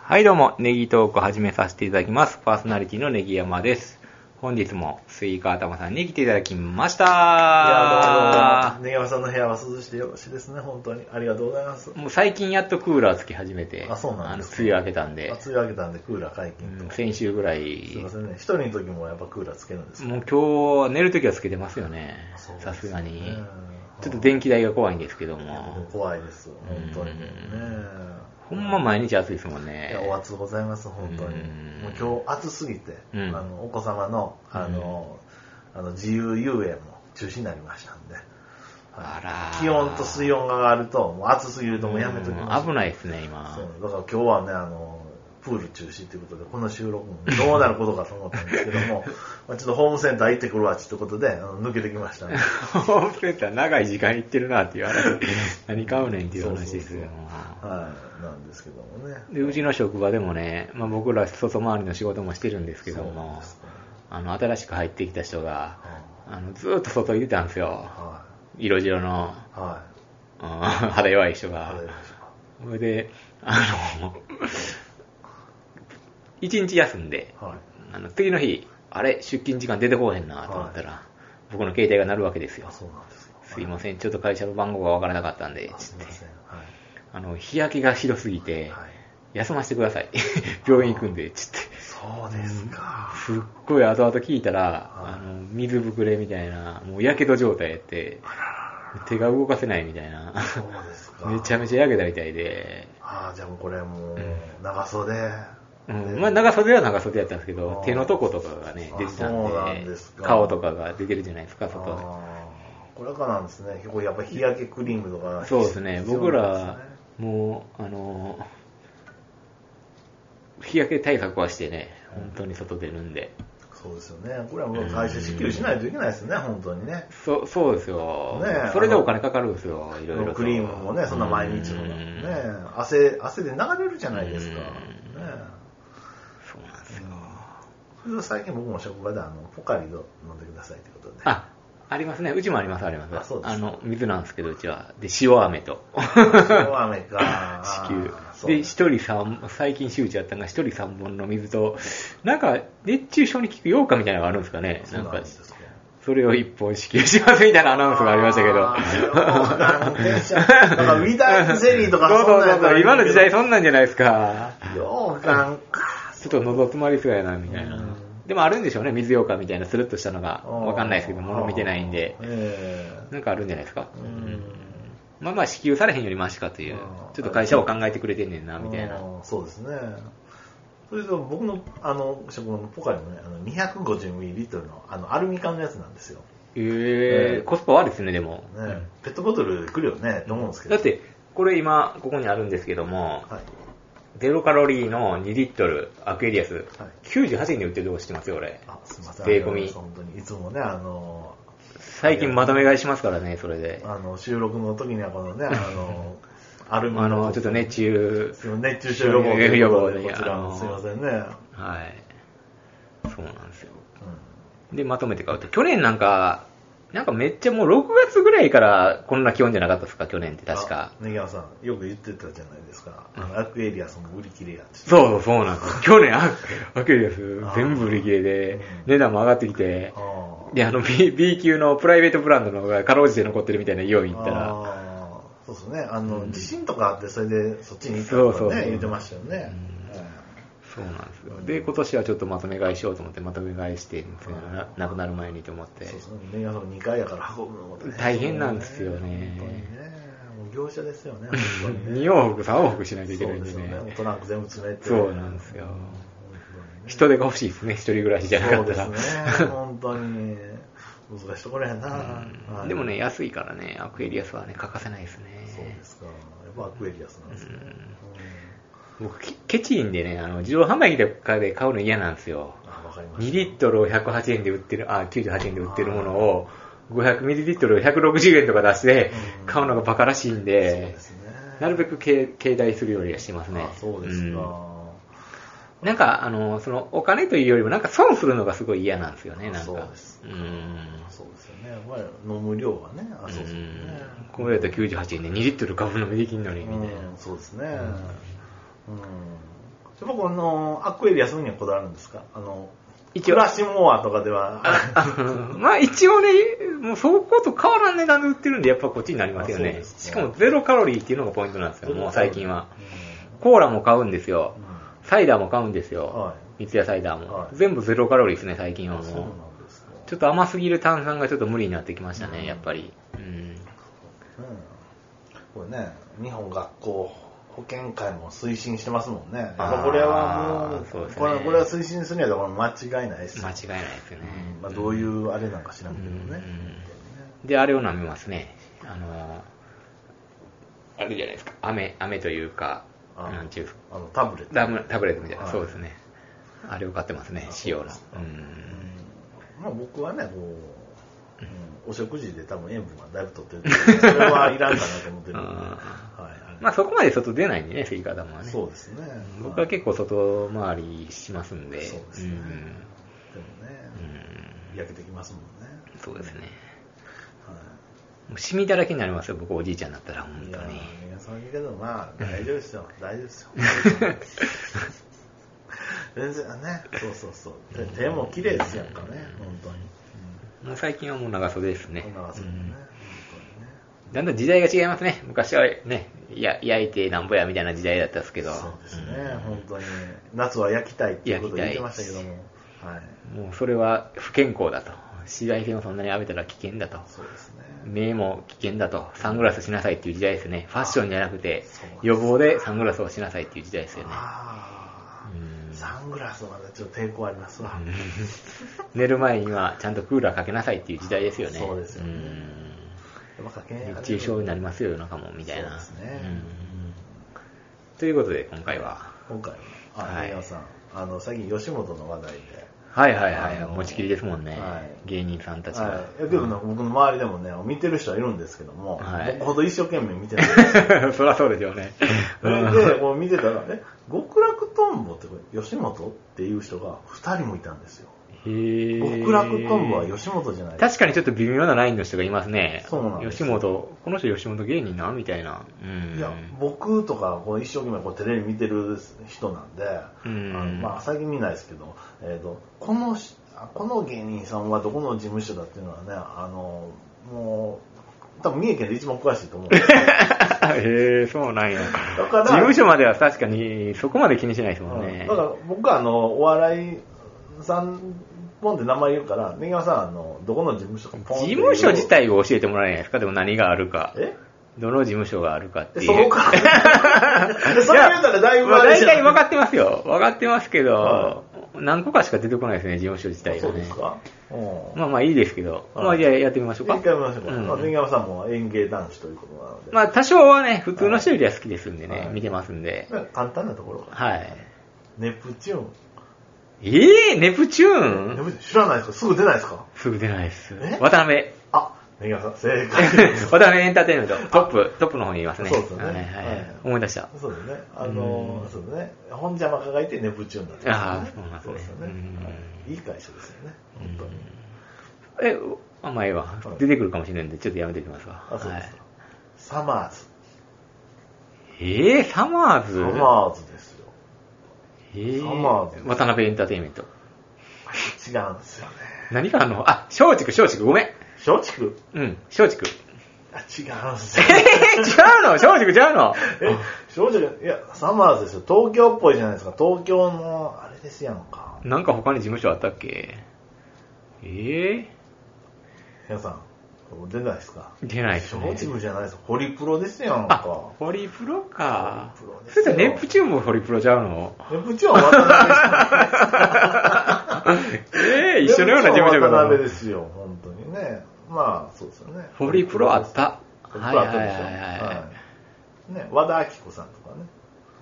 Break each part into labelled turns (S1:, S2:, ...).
S1: はいどうも、ネギトークを始めさせていただきます。パーソナリティのネギ山です。本日もスイカ頭さんに来ていただきました。い
S2: いやどうも、根山さんの部屋は涼しくてよろしいですね、本当に。ありがとうございます。
S1: もう最近やっとクーラーつき始めて、
S2: あそうなん
S1: の、
S2: です
S1: 梅雨明けたんで、
S2: 暑いわけなんでクーラー解禁
S1: うん
S2: と。
S1: 先週ぐらい、
S2: すいませんね、一人の時もやっぱクーラーつけるんです
S1: もう今日は寝るときはつけてますよね
S2: あそう。です
S1: さ
S2: ね
S1: すがに
S2: うん。
S1: ちょっと電気代が怖いんですけど
S2: けど
S1: も。
S2: 怖いです、本当に。ね
S1: ほんま毎日暑いですもんね
S2: いや、。お暑うございます、本当に。
S1: うん
S2: もう今日暑すぎて、
S1: うん
S2: あのお子様のあの、あの自由遊園も中止になりましたんで。はい
S1: あらー
S2: 気温と水温が上がると、もう暑すぎるともうやめときま
S1: う
S2: す。
S1: ん危ないですね、今
S2: そ。うだから今日はね、あの、プール中止ということで、この収録もどうなることかと思ったんですけど も、まあちょっとホームセンター行ってくるわ、ちょっとことで、あの抜けてきましたね。
S1: ホームセンター長い時間行ってるなっていう話。何買うねんっていう話ですよ。
S2: はい、なんですけどもね。
S1: でうちの職場でもね、まあ、僕ら外回りの仕事もしてるんですけど
S2: そうなん
S1: も
S2: ですね、
S1: あの新しく入ってきた人が
S2: は、
S1: あのずーっと外に出たんですよ、
S2: は
S1: 色白の、
S2: い。は
S1: うん 肌弱い人
S2: い。
S1: が
S2: あれ。でし
S1: それで、あの、 一日休んで
S2: ょう、かはい。
S1: あの次の日、あれ、出勤時間出てこうへんなと思ったら、僕の携帯が鳴るわけですよ
S2: あ、。そうなんですよ。
S1: すいません、ちょっと会社の番号がわからなかったんで
S2: あ、すいません。はい。
S1: あの、日焼けがひどすぎて、
S2: はい
S1: 休ませてください。 病院行くんで、つって。
S2: そうですか。
S1: すっごい後々聞いたら、
S2: はい
S1: あの、水ぶくれみたいな、もうやけど状態やって、手が動かせないみたい な、
S2: そうですか。
S1: めちゃめちゃやけたみたいで、
S2: ああ、じゃあもうこれもう、長袖。
S1: うん、まあ長袖は長袖やったんですけど
S2: あ、ー
S1: 手のとことかがね、
S2: あ
S1: 出てた
S2: そうなん
S1: んで、
S2: ですか
S1: 顔とかが出てるじゃないですか、
S2: あ
S1: 外で。
S2: あー、これからなんですね。結構やっぱ日焼けクリームとか。
S1: そうですね、
S2: 必要
S1: 僕
S2: なん
S1: ら
S2: ですね、
S1: もう、あの、日焼け対策はしてね、本当に外出るんで。
S2: そうですよね。これはもう会社支給しないといけないですね、本当にね。
S1: そそうですよ、
S2: ねえ
S1: それでお金かかるんですよ、いろいろと。
S2: クリームもね、そんな毎日の
S1: うん
S2: ね、汗、汗で流れるじゃないですか。ね
S1: うんそうなんですよ。
S2: それは最近僕も職場であのポカリを飲んでくださいってことで。
S1: あ、ありますね。うちもあります、あります。
S2: あそうですか
S1: の、水なんですけど、うちは。で、塩飴と。
S2: 塩飴か。
S1: 支
S2: そ
S1: 給。
S2: うね
S1: で、一人三、最近周知やったのが、一人三本の水と、なんか、熱中症に効く羊羹みたいなのがあるんですかね。
S2: そ
S1: な
S2: うんなん
S1: か
S2: で、すか。
S1: それを一本支給しますみたいなアナウンスがありましたけど。
S2: あーもう電車だからウィダーゼリーとか
S1: そうそうそう
S2: やった
S1: そう、
S2: らいいけど
S1: 今の時代そんなんじゃないですか。
S2: ようかんか。
S1: ちょっと喉詰まりそうやな、みたいな。でもあるんでしょうね、水羊羹みたいなスルッとしたのが。わかんないですけど、物見てないんで
S2: あ。ー。え
S1: なんかあるんじゃないですか。
S2: えうん
S1: まあまあ支給されへんよりマシかという
S2: うん、
S1: ちょっと会社を考えてくれてんねんな、みたいな。
S2: うんそうですね。それと僕のあの職場のポカリもね、あの250ミリリットルのあのアルミ缶のやつなんですよ。
S1: ええ
S2: え
S1: コスパ悪いですね、でも。
S2: ねペットボトルで来るよねと思うんですけど。
S1: だって、これ今、ここにあるんですけども、
S2: はい。
S1: ゼロカロリーの2リットル、アクエリアス、
S2: はい
S1: 98円で売ってるとこ知ってますよ、俺。
S2: あ、すみません。
S1: 税込み
S2: 本当にいつもね、あの、
S1: 最近まとめ買いしますからね、それで。
S2: あの収録の時にはこのね、あの、アルミ
S1: あの、ちょっと熱中、
S2: その熱中症予防ということで
S1: 予防で
S2: こちら
S1: あ
S2: も
S1: の
S2: すみませんね。うん
S1: はい。そうなんですよ。で、まとめて買うと。去年なんか、なんかめっちゃもう6月ぐらいからこんな気温じゃなかったですか、去年って確か
S2: あ。根際さん、よく言ってたじゃないですか。あのアクエリアスも売り切れやって。
S1: そうそう、そうなんです。 去年、あアクエリアス全部売り切れで、値段も上がってきて、
S2: あー
S1: で、あの B, B 級のプライベートブランドの方がかろうじて残ってるみたいな用意行ったら、
S2: あーそうですね、あの、地震とかあって、それでそっちに行った
S1: そう
S2: と
S1: そう
S2: か
S1: そう
S2: ね、言ってましたよね。
S1: そうなんですよ。で、今年はちょっとまとめ買いしようと思って、まとめ買いして、ななくなる前にと思っ
S2: う
S1: て
S2: ん、そうですね、メガソン2回やから運ぶのもね
S1: 大変なんですよね
S2: 本当にね、もう業者です よね、本当にね。
S1: 2往復、3往復しないといけ
S2: そ
S1: ないう
S2: で
S1: んです
S2: よ
S1: ね。
S2: ね、もうトランク全部詰めて。
S1: そうなんですよ。人手が欲しいですね、一人暮らしじゃなか
S2: そう
S1: った
S2: で
S1: ら。
S2: すね、本当に。難しいところやな、は い
S1: でもね、安いからね、アクエリアスはね、欠かせないです
S2: そう
S1: ね
S2: で。すか。やっぱアクエリアスなんですね。
S1: 僕、ケケチいんでね、あの、自動販売機とかで買うの嫌なんですよ。
S2: うんあ、わかりま
S1: 2
S2: した。
S1: リットルを108円で売ってる、あ、98円で売ってるものを、500ミリリットルを160円とか出して、買うのがバカらしいん
S2: そう
S1: で
S2: で、すね。
S1: なるべくけ携帯するようにはしてますね
S2: あ。そうですか。
S1: んなんか、あの、その、お金というよりも、なんか損するのがすごい嫌なんですよね、なんか。
S2: そうです
S1: うん。
S2: そうですよね。まあ、飲む量がね、あ、そうですよね。
S1: うんこうやったら98円で2リットル買うのもできんのに、みたいな。
S2: うんそうですね。うん。僕、あの、アクエリアするにはこだわるんですかあの、
S1: 一
S2: ク
S1: 応
S2: ラ、シモアとかでは、
S1: まあ一応ね、もうそこと変わらん値段で売ってるんで、やっぱこっちになりますよ
S2: あそう
S1: ね。
S2: ですか
S1: しかもゼロカロリーっていうのがポイントなんですよ、もう最近は。
S2: う
S1: コーラも買うんですよ
S2: ん。。うん
S1: サイダーも買うんですよ。
S2: は
S1: 三ツ矢サイダーも
S2: は。い
S1: 全部ゼロカロリーですね、最
S2: い。
S1: 近は
S2: あそうな
S1: も
S2: ん
S1: う。
S2: ですか。
S1: ちょっと甘すぎる炭酸がちょっと無理になってきました
S2: うん
S1: ね、やっぱり。うん。
S2: うんこれね、日本学校保健会も推進してますもんね。やっ
S1: あー
S2: ぱこれはもう
S1: そうですね
S2: これ、これは推進するには間違いないですよ。
S1: 間違いないですよね
S2: うん。まあ、どういうあれなんか知らんけどね。
S1: うん
S2: 本
S1: で、あれを舐めますね。あのー、あれじゃないですか。飴、飴というか、
S2: あ
S1: なんちゅう
S2: 当にねあの、タブレット。
S1: ダムタブレットみたいな。
S2: はい
S1: そうですね。あれを買ってますね
S2: あ、
S1: 塩の。う
S2: そ
S1: ん。
S2: うんまあ僕はね、こう、うんお食事で多分塩分はだいぶ取ってるけど それはいらんかなと思ってる
S1: あ
S2: んで。はいはい
S1: まあそこまで外出ないんでね、スイカ玉はね。
S2: そうですね。
S1: 僕は結構外回りしますんで。
S2: そうですね
S1: ん
S2: でも
S1: う
S2: ね、
S1: ん
S2: 焼けてきますもんね。
S1: そうですね。
S2: はい
S1: もうシミだらけになりますよ、僕おじいちゃんになったら、本
S2: い
S1: 当
S2: や
S1: に。
S2: いやそう言うけど、まあ、大丈夫ですよ。大丈夫です よ。全然ね、そうそうそう。手手も綺麗ですやんかね、本当に。
S1: もう最近はもう長袖です
S2: うん
S1: ね。
S2: こんなはずね、
S1: う
S2: 本
S1: ん
S2: 当
S1: だんだん時代が違いますね。昔はね、いや焼いてなんぼやみたいな時代だったんですけど。
S2: にね。そうですね、本当に。夏は焼きたいっていうことを言ってましたけども。はい。
S1: うんもうそれは不健康だと。紫外線をそんなに浴びたら危険だと。
S2: そうですね。
S1: 目も危険だと。サングラスしなさいっていう時代ですね。ファッションじゃなくて
S2: そうなん、です
S1: 予防でサングラスをしなさいっていう時代ですよね。
S2: ああ、
S1: うん
S2: サングラスまだちょっと抵抗ありますわ。
S1: 寝る前にはちゃんとクーラーかけなさいっていう時代ですよね。
S2: そうですよね
S1: うん
S2: やっぱ家計
S1: 熱中症になりますよ、夜中も、みたいな。
S2: そうですね
S1: うんということで、今回は。
S2: 今回は、あ、
S1: はい
S2: 皆さん、あの、最近吉本の話題で、
S1: はいはいはい、
S2: あの
S1: 持ちきりですもんね。
S2: はい
S1: 芸人さんたちが。
S2: はい、いやけどね、僕の周りでもね、見てる人はいるんですけども、
S1: はい
S2: 僕ほど一生懸命 見てないんですよ。
S1: そりゃそうですよね。
S2: それで、こう見てたら、え、極楽とんぼってこれ、吉本っていう人が2人もいたんですよ。
S1: へー
S2: 極楽とんぼは吉本じゃない
S1: 確かにちょっと微妙なラインの人がいますね。
S2: そうなんです
S1: 吉本、この人吉本芸人なみたいな。うん。
S2: いや、僕とか、こう一生懸命こうテレビ見てる人なんで、
S1: うん
S2: あのまあ、最近見ないですけど、えー、とこのしあこの芸人さんはどこの事務所だっていうのはね、あの、もう、多分三重県で一番詳しいと思うんですよ。
S1: へえ、そうなんや。
S2: だか
S1: 事
S2: ら
S1: 務所までは確かに、そこまで気にしないですもん
S2: う
S1: ね
S2: んだ。から僕はあのお笑いさんポンって名前言うから根際さんあのどこの事務所かポンっ
S1: 事
S2: て言う
S1: 務所自体を教えてもらえないですかでも何があるか。
S2: え
S1: どの事務所があるかってい
S2: え
S1: う。
S2: そこか それ言うたらだいぶ
S1: まあ
S2: あれ
S1: 大
S2: じゃ
S1: 体
S2: ん
S1: 分かってますよ。分かってますけ
S2: は
S1: ど、何個かしか出てこないですね、事務所自体
S2: そ
S1: が
S2: うで
S1: ね
S2: す。かうん
S1: まあまあいいですけど。
S2: はい
S1: まあじゃあやってみましょうか
S2: 一。回見ましょうか
S1: うん
S2: まあ根際さんも演芸男子ということなので
S1: まあ多少はね、普通の人よりは好きですんでね、
S2: はい
S1: 見てますんで。
S2: まあ簡単なところから
S1: はい。
S2: ネプチューン
S1: ええネプチュ
S2: ネ
S1: ーン
S2: プチューン知らないですかすぐ出ないですか
S1: すぐ出ないです
S2: え。
S1: 渡辺。
S2: あ根際さん正解
S1: 渡辺エンターテインメント、トップ、トップの方にいますね。
S2: そうですよね
S1: はいはいはい
S2: はい
S1: 思い出した。
S2: そうだね。あのー、そうだね。本邪魔家がいてネプチューンだった
S1: ああそうなんですね
S2: そうです
S1: う
S2: よね
S1: ん
S2: はい。いい会社ですよね。本当に。
S1: え、あ、まあええわ
S2: はい。
S1: 出てくるかもしれないんで、ちょっとやめておきますわ。
S2: あ、そう
S1: は
S2: で
S1: い
S2: すか。サマーズ。
S1: えー、サマー
S2: サ
S1: ズ
S2: マーズですよ。
S1: えー
S2: サマーズ
S1: 渡辺エンターテインメント。
S2: 違うんですよね。
S1: 何かあんのあ、松竹、松竹、ごめん。
S2: 松竹
S1: うん、松竹。
S2: あ、違うんですよ。
S1: えー、 違うの松竹違うの
S2: え、正直、いや、サマーズですよ。東京っぽいじゃないですか。東京の、あれですやんか。
S1: なんか他に事務所あったっけえ
S2: 皆さん、出ないですか
S1: ー、出ないですね。
S2: 松竹じゃないですか。ホリプロですやん
S1: あ
S2: か、。
S1: ホリプロか
S2: ホリプロ。です
S1: そ
S2: よ
S1: れとネプチューンもホリプロちゃう の
S2: ネプチューンは渡辺ですよ
S1: えー、一緒のような事務所
S2: 渡
S1: か
S2: 辺で
S1: と。
S2: すよ、本当にね。まあ、そうですよね。
S1: ホリプロあっ。た。
S2: ホリ
S1: はい
S2: プロ
S1: はい
S2: あ
S1: は
S2: った
S1: い
S2: でしょ。
S1: は。
S2: はいい。ね、和田アキ子さんとかね。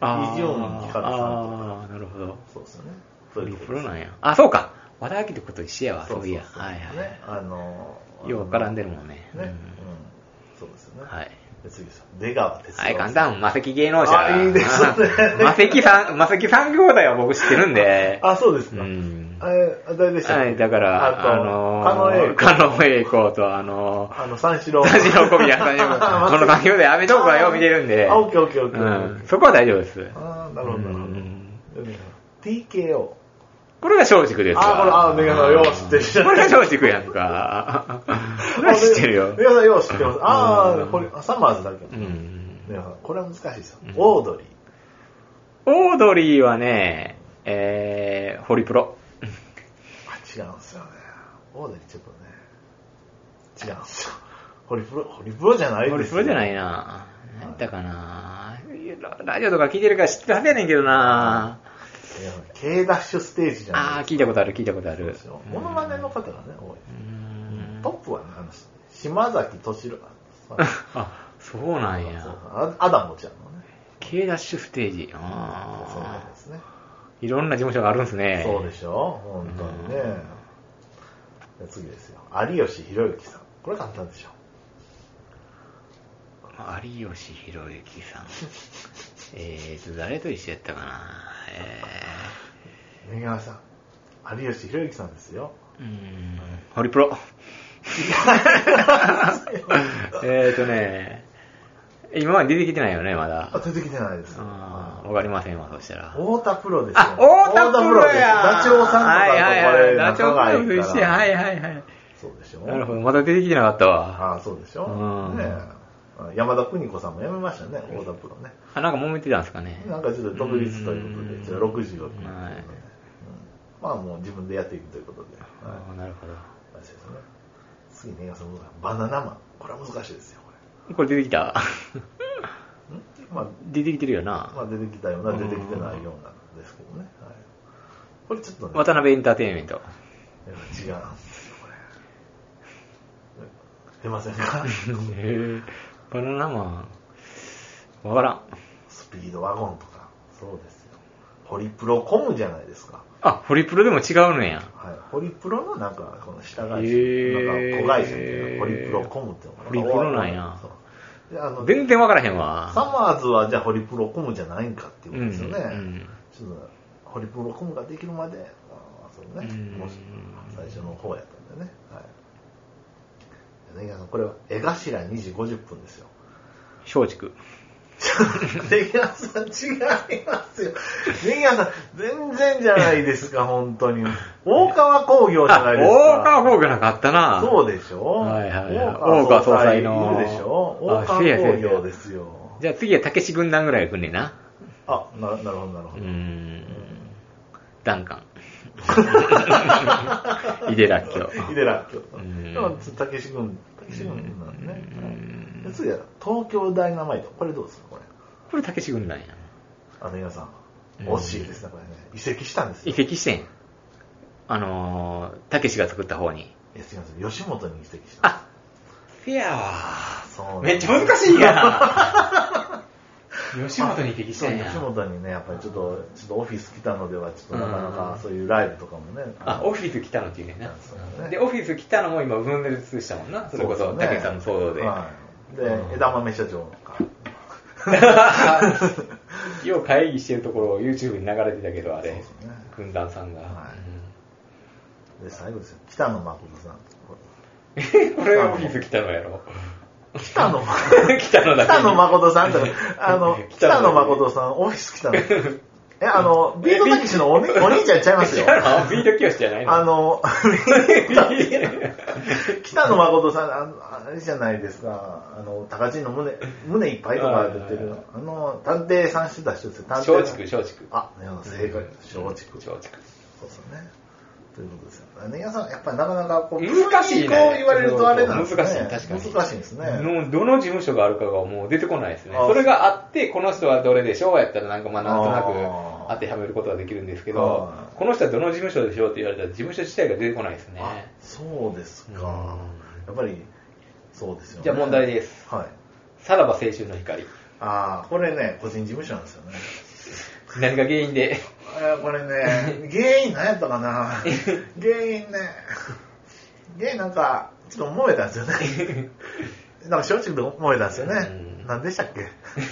S1: あー
S2: 伊集院光さんとか
S1: あー、なるほど。
S2: そうですよね。
S1: ホリプロ
S2: ん
S1: なんや。あ、そうか。和田アキ子と一緒やわ、
S2: そ
S1: そ
S2: うそうう
S1: い
S2: い
S1: や。
S2: や。
S1: はいは
S2: ね
S1: い。。
S2: あのー、
S1: よう絡んでるもんね。
S2: ね。うん
S1: う。
S2: そうですよ
S1: ん
S2: ね。
S1: はい。
S2: で次です。出川哲朗。
S1: はい、簡。単。魔石芸能者。
S2: あいいですね
S1: うん 魔石さん、魔石三兄弟は僕知ってるんで。
S2: あ、そうです
S1: う
S2: か。
S1: ん。
S2: あれ、あ誰でしたっ
S1: は
S2: け
S1: い、だから、
S2: あ
S1: あ
S2: の
S1: の
S2: ー、カノエ
S1: ー、カ
S2: イ
S1: ノエイコと、あの
S2: あの、三四郎。
S1: ー、ジロコミヤさんにも、この三兄弟、アメトークはよう見てるんで。
S2: あ、オッケーオッケーオッケー。
S1: うん。そこは大丈夫です。
S2: あーなるほど、なる
S1: う
S2: ほど。
S1: ん
S2: TKO。
S1: これが松竹ですわ
S2: あこれあメガさんよう知ってるじゃん
S1: これが松竹やんか。これは 知ってるよ
S2: メ。ガさんよう知ってます。ああ、これ、あサマーズだけ
S1: う。ん。
S2: メガさん、これは難しいですよ
S1: うん。
S2: オードリー。
S1: オードリーはね、えー、ホリプロ。
S2: あ違うんすよね。オードリーちょっとね。違うんすよ。 ホリプロ、ホリプロじゃないです。
S1: ホリプロじゃないいな。なんだかな。いやララジオとか聞いてるから知ってるはずやねんけどな。
S2: メガさん K ダッシュステージじゃない
S1: あー、聞いたことある、聞いたことあ
S2: そう
S1: る
S2: ですよ。。モノマネの方がね、多い。
S1: うん
S2: トップはね、あの、島崎敏郎。
S1: あ、そうなん
S2: そうそう
S1: や。
S2: あアダモちゃんのね。
S1: K ダッシュステージ。
S2: そうな
S1: あ
S2: んですね。
S1: ーいろんな事務所があるんですね。
S2: そうでしょ本当にね。で次ですよ。有吉弘行さん。これ簡単でしょ。
S1: 有吉弘行 さん。えーと、誰と一緒やったかな。
S2: メガさん。有吉弘行さんですよ。
S1: えー、うーん、ホリプロ。 えーとね、今まで出てきてないよね、まだ
S2: あ、。出てきてないです。
S1: あーわかりませんわ、そしたら。
S2: 太田プロですよ。
S1: あ、太田プロ
S2: です。
S1: や
S2: ダチョウさんとか
S1: はいはい
S2: とこ
S1: はい
S2: れ、
S1: ダチョウさ
S2: 仲がい
S1: ん
S2: い
S1: と一緒
S2: か
S1: や
S2: ら。
S1: はいはいはい。
S2: そうでしょ
S1: なるほど、まだ出てきてなかったわ。
S2: ああ、そうでしょ
S1: うん
S2: ねえ山田邦子さんも辞めましたね、太田プロね。
S1: あ、なんか揉めてたんですかね。
S2: なんかちょっと独立ということ
S1: うん
S2: で、ちょっと60を、うん
S1: はい
S2: まあもう自分でやっていくということで。はい
S1: あーなるほ
S2: マジですね。次ね、そのバナナマン。これは難しいですよ、こ
S1: ど。これ出てきた
S2: れ。んま
S1: 出てきてるよ
S2: あ、まあ
S1: な。
S2: 出てきたような、出てきてないようなんですけどね。はい、これちょっとね、
S1: 渡辺エンターテインメント。
S2: 違うんですよ、これ。出ませんか
S1: へえバナナマン。わからん。
S2: スピードワゴンとか。そうですよ。ホリプロコムじゃないですか。
S1: あ、ホリプロでも違うのや。
S2: はい、ホリプロのなんか、この下会社、なんか
S1: へー
S2: 子会社っていうのはホリプロコムっていうのかな
S1: ホリプロなんや
S2: そうであの
S1: 全然わからへん
S2: サ
S1: わ。
S2: マーズはじゃあホリプロコムじゃないんかっていう
S1: う
S2: こと
S1: ん。
S2: ですよね。
S1: うん
S2: ちょっとホリプロコムができるまで、まあ、そのね
S1: うん、
S2: もう最初の方やったんでね。はい。柳川さん、これは江頭2時50 分ですよ。
S1: 松竹。
S2: 柳川さん、違いますよ。柳川さん、全然じゃないですか、本当に。大川工業じゃ
S1: あ、
S2: ないです
S1: 大川
S2: か。
S1: 工業なんかあったな。
S2: そうでしょ
S1: はいはいはい
S2: 大川
S1: 大川
S2: 総裁
S1: 総裁の
S2: いるでしょ
S1: あ
S2: 大川
S1: せやせや
S2: 工業ですよ。
S1: じゃあ次はたけし軍団ぐらいが来んねんな。
S2: あ、ななるほど、なる
S1: う
S2: ほ
S1: ー
S2: ど。
S1: ん。ダン カン。イデラッキョ。
S2: ヒデラッキ
S1: うん
S2: ョ。でも、たけし君、たけし君なんでね。はいで次は、東京ダイナマイト。これどうですか、これ。
S1: これたけし軍団や。
S2: あの、皆さん
S1: う。ん
S2: 惜しいですね、これね。移籍したんです
S1: 移
S2: よ。
S1: 籍してん。あのー、たけしが作った方に。
S2: えすみません、吉本に移籍した。
S1: あ、フェアは
S2: そうなん
S1: めっ
S2: で
S1: ち
S2: す
S1: ゃ難しいやん。 吉本に移籍し
S2: そ
S1: た
S2: うん吉
S1: や。
S2: 本にね、やっぱりちょっと、ちょっとオフィス来たのでは、ちょっとなかなかそういうライブとかもね。
S1: あ、オフィス来たのっていうねんな
S2: そうだ。ね
S1: で、オフィス来たのも今、分裂したもんな。それこそ、
S2: う
S1: た
S2: で
S1: けし
S2: すね
S1: さんの騒動で。
S2: はいで、枝豆社長か。
S1: よう会議してるところを YouTube に流れてたけど、あれ。
S2: そうそうね
S1: 軍団さんが。
S2: は
S1: う
S2: で、最後ですよ。北野誠 さん。
S1: ん これはオフィス来たのやろ。
S2: 北野
S1: 来たのだけに
S2: 北野誠さん とか、あの、
S1: 北野
S2: 北野
S1: 誠
S2: 誠さん、オフィス 来たの。え、あの、ビートたけしのお,、ね、お兄ちゃんちゃいます よ。
S1: あビート教師じゃないの
S2: あの、
S1: あ
S2: 北野誠さん、あのあれじゃないですか、あの、高知の胸、胸いっぱいとか出て
S1: は
S2: る
S1: い、
S2: あの、探偵さんしてた人ですよ、探偵さん。
S1: 松竹、松竹。
S2: あ、ね、正解です。松竹。そう
S1: 松竹。
S2: そうね。ということですよ。ね、さん、やっぱりなかなかこう、
S1: 難しいね
S2: こう言われるとあれなんですね。
S1: 難しい確かに
S2: 難しいですね。
S1: のどの事務所があるかがもう出てこないですね。
S2: あ
S1: それがあって、この人はどれでしょうやったらなんかまあなんとな
S2: あ
S1: く
S2: ー
S1: 当てはめることができるんですけど
S2: あ、ー
S1: この人はどの事務所でしょうって言われたら事務所自体が出てこないですね。
S2: あそうですか、
S1: うん
S2: やっぱりそうですよね
S1: じゃあ問題です
S2: はい
S1: さらば青春の光。
S2: ああこれね個人事務所なんですよ ね
S1: 何が原因で、
S2: あーこれね 原因何やった かな原因ね原因なんかちょっと燃えたんですよ ねなんか正直と燃えたんですよね
S1: うん
S2: 何でしたっ け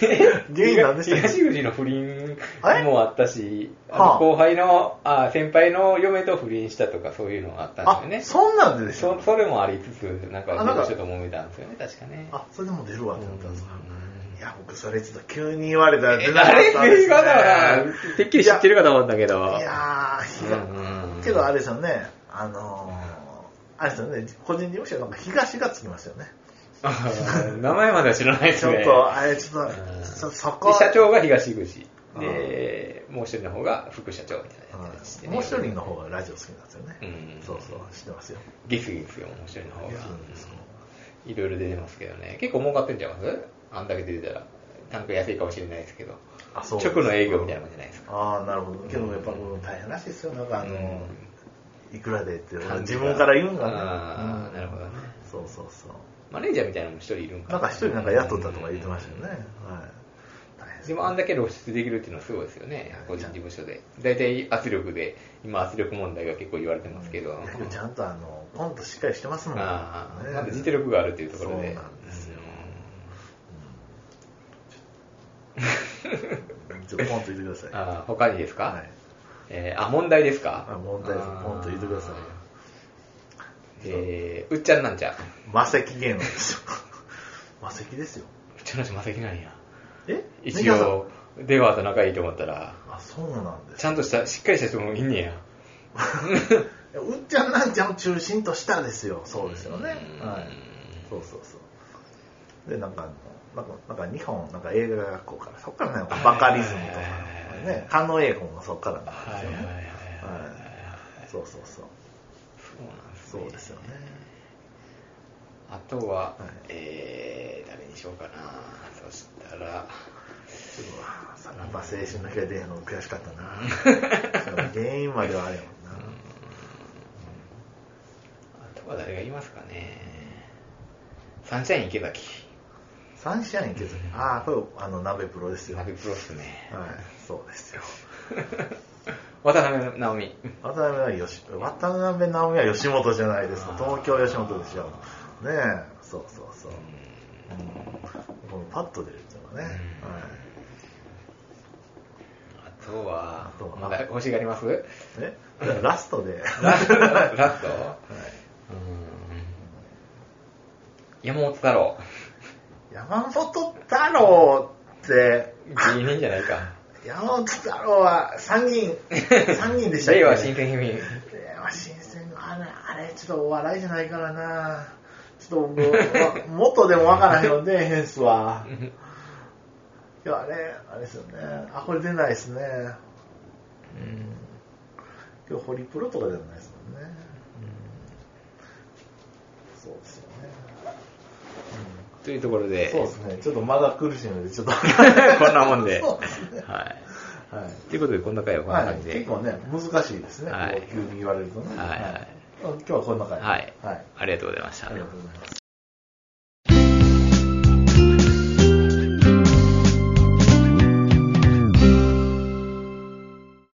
S2: 原因何でしたっけ
S1: 東口の不倫
S2: あれ
S1: もあったし、あ
S2: は
S1: の
S2: あ
S1: 後輩の、あ先輩の嫁と不倫したとかそういうのがあった
S2: あ
S1: んですよね。
S2: そんなんででし
S1: そ
S2: ょ
S1: それもありつつ、なんか
S2: あなんか
S1: ちょっと揉めたんですよね、確かね。
S2: あそれでも出るわってなったんですか
S1: うん
S2: いや僕それちょっと急に言われたら出なかった
S1: 誰
S2: で
S1: って
S2: す、ね、
S1: 言わなてっきり知ってるかと思ったけど。
S2: いやー、ひ
S1: うんうんうん
S2: がけどあれですよね、あのー、あれですよね、個人事務所はなんか東がつきますよね。
S1: あー 名前までは知らないで
S2: ち
S1: す
S2: ょ
S1: ね。
S2: っと、あれ、ちょっ
S1: うん
S2: と、そそ
S1: で
S2: こ、
S1: 社長が東口。で、もう一人の方が副社長みたいなやつです
S2: うん
S1: ね
S2: もう一人の方がラジオ好きなんですよね。
S1: うん
S2: そうそう、知ってますよ。
S1: ギスギスよ、もう一人の方が
S2: いやそう。
S1: いろいろ出てますけどね。結構儲かってんちゃいますあんだけ出てたら。単価安いかもしれないですけど。
S2: あ、そう
S1: 直の営業みたいなもんじゃないですか。
S2: ああ、なるほど。けど、やっぱもう大変らしいですよ。なんか、あのー、いくらでって、
S1: うん
S2: 自分から言うの
S1: あ
S2: が
S1: ーなるほどね。
S2: そうそうそう。
S1: マネージャーみたいなのも一人いるんか
S2: なんか一人なんか雇ったとか言ってましたよね。はい。大変です
S1: でもあんだけ露出できるっていうのはすごいですよね、個人事務所で。大体圧力で、今圧力問題が結構言われてますけど。
S2: だけどちゃんとあのコントしっかりしてますもんね
S1: ああ、
S2: ね
S1: まだ実力があるっていうところで。
S2: そうなんですようんちょっとポンと言ってください
S1: ああ他にですか、
S2: はい
S1: えーあ、問題ですか
S2: あ問題ですポンと言ってくださいよ
S1: い。えー、うっちゃんなんちゃん。うっ
S2: 魔石芸能ですよ魔石ですよ
S1: ちゃんなんちゃんまさきなんや。
S2: え
S1: 一応、出川と仲いいと思ったら、
S2: あそうなんです
S1: ちゃんとした、しっかりした人もいんねや。
S2: うっちゃんなんちゃんを中心としたですよそうですよね
S1: うん
S2: はいそうそうそうでなんかあのなんかなんか日本なんか映画学校からそっからねバカリズムとかね観音英語もそっからなん
S1: は
S2: で
S1: い
S2: す
S1: はい
S2: よ
S1: はい
S2: ね
S1: はい。
S2: はいそうそうそ
S1: そ
S2: う
S1: うなんです
S2: そ
S1: ね。
S2: うですよね。
S1: あとは、
S2: はい
S1: えー、誰にしようかな。そしたら、
S2: うわさらば青春の日が出へんの悔しかったな。原因まではあれやもんな。
S1: あとは誰がいますかね。サンシャイン池崎。
S2: サンシャイン池崎。ああ、これ、あの、鍋プロですよ。は
S1: ナ
S2: い
S1: ビ、プロっすね。
S2: そうですよ。
S1: 渡辺直美。
S2: 渡辺は吉、渡辺直美は吉本じゃないですか。東京吉本でしょ。ねえ、そうそうそう。このパッと出るっていうのがね。はい。
S1: あとは
S2: あとは、
S1: まだ欲しがります
S2: えじゃ あラストで。
S1: ラストラスト
S2: はい
S1: 山本太郎。
S2: 山本太郎って、
S1: 芸人じゃないか。
S2: 山本太郎は参議 院、参議院でしたっけ
S1: 令和新選組。
S2: 令和新選あれ、あれ、ちょっとお笑いじゃないからなちょっともう、もっとでもわからへんの で、変数は。いや、あれ、あれですよね。あ、これ出ないですね。うん。今日、ホリプロとかじゃないですもんね。うん。そうですよね。
S1: というところで、
S2: そうですね。ちょっとまだ苦しいので、ちょっと。
S1: こんなもんで。
S2: そうですね。
S1: はい。
S2: はい。
S1: ということで、こんな回はこんな
S2: はい
S1: 感じ、で。
S2: 結構ね、難しいですね、
S1: はい
S2: こう急に言われるとね。
S1: はいはい
S2: 今日はこんな感じ、
S1: はい
S2: はい。
S1: ありがとうございました。
S2: ありがとうございます。